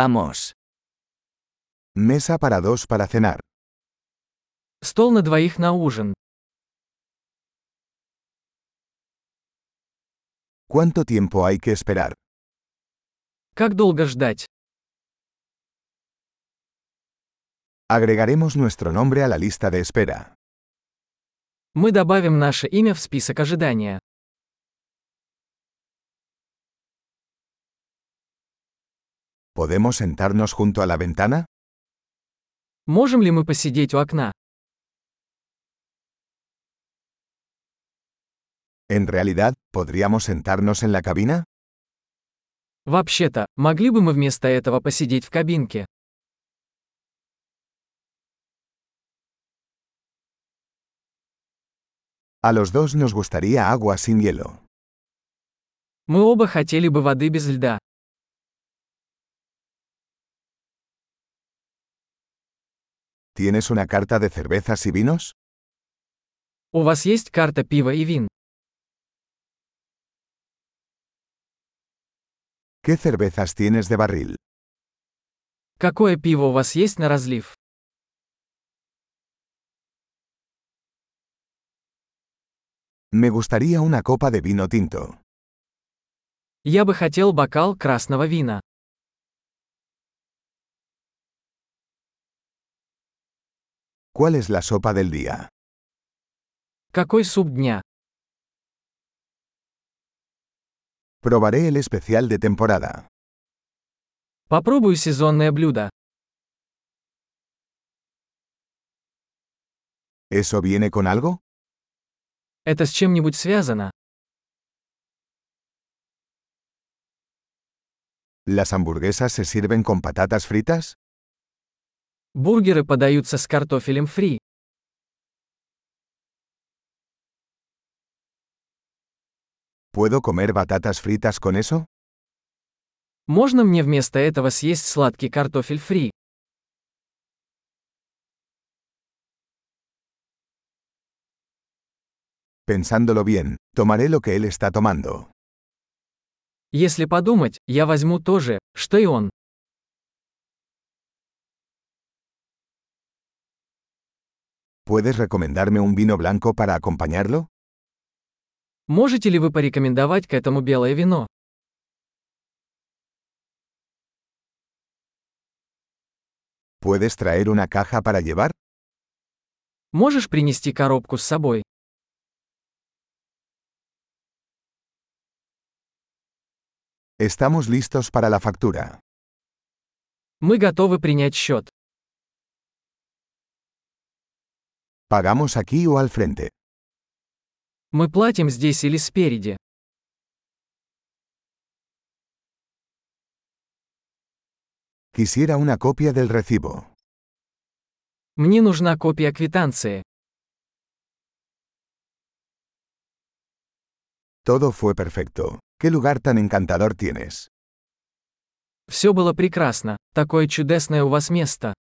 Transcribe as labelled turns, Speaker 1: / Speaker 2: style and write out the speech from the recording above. Speaker 1: Vamos.
Speaker 2: Mesa para dos para cenar.
Speaker 3: Стол на двоих на ужин.
Speaker 2: ¿Cuánto tiempo hay que esperar?
Speaker 3: Как долго ждать?
Speaker 2: Agregaremos nuestro nombre a la lista de espera.
Speaker 3: Мы добавим наше имя в список ожидания.
Speaker 2: ¿Podemos sentarnos junto a la ventana?
Speaker 3: Можем ли мы посидеть у окна?
Speaker 2: En realidad, ¿podríamos sentarnos en la cabina?
Speaker 3: Вообще-то, могли бы мы вместо этого посидеть в кабинке?
Speaker 2: A los dos nos gustaría agua sin hielo.
Speaker 3: Мы оба хотели бы воды без льда.
Speaker 2: ¿Tienes una carta de cervezas y vinos?
Speaker 3: У вас есть карта пива и вин?
Speaker 2: ¿Qué cervezas tienes de barril?
Speaker 3: Какое пиво у вас есть на разлив?
Speaker 2: Me gustaría una copa de vino tinto.
Speaker 3: Я бы хотел бокал красного вина.
Speaker 2: ¿Cuál es la sopa del día?
Speaker 3: Какой суп дня?
Speaker 2: Probaré el especial de temporada.
Speaker 3: Попробую сезонное блюдо.
Speaker 2: ¿Eso viene con algo?
Speaker 3: Это с чем-нибудь связано?
Speaker 2: ¿Las hamburguesas se sirven con patatas fritas?
Speaker 3: Бургеры подаются с картофелем фри.
Speaker 2: ¿Puedo comer batatas fritas con eso?
Speaker 3: Можно мне вместо этого съесть сладкий картофель фри?
Speaker 2: Pensándolo bien, tomaré lo que él está tomando.
Speaker 3: Если подумать, я возьму то же, что и он.
Speaker 2: ¿Puedes recomendarme un vino blanco para acompañarlo?
Speaker 3: Можете ли вы порекомендовать к этому белое вино?
Speaker 2: ¿Puedes traer una caja para llevar?
Speaker 3: Можешь принести коробку с собой?
Speaker 2: Estamos listos para la factura.
Speaker 3: Мы готовы принять счет.
Speaker 2: ¿Pagamos aquí o al frente?
Speaker 3: Мы платим здесь или спереди.
Speaker 2: Quisiera una copia del recibo.
Speaker 3: Мне нужна копия квитанции.
Speaker 2: Todo fue perfecto. ¿Qué lugar tan encantador tienes?
Speaker 3: Все было прекрасно. Такое чудесное у вас место.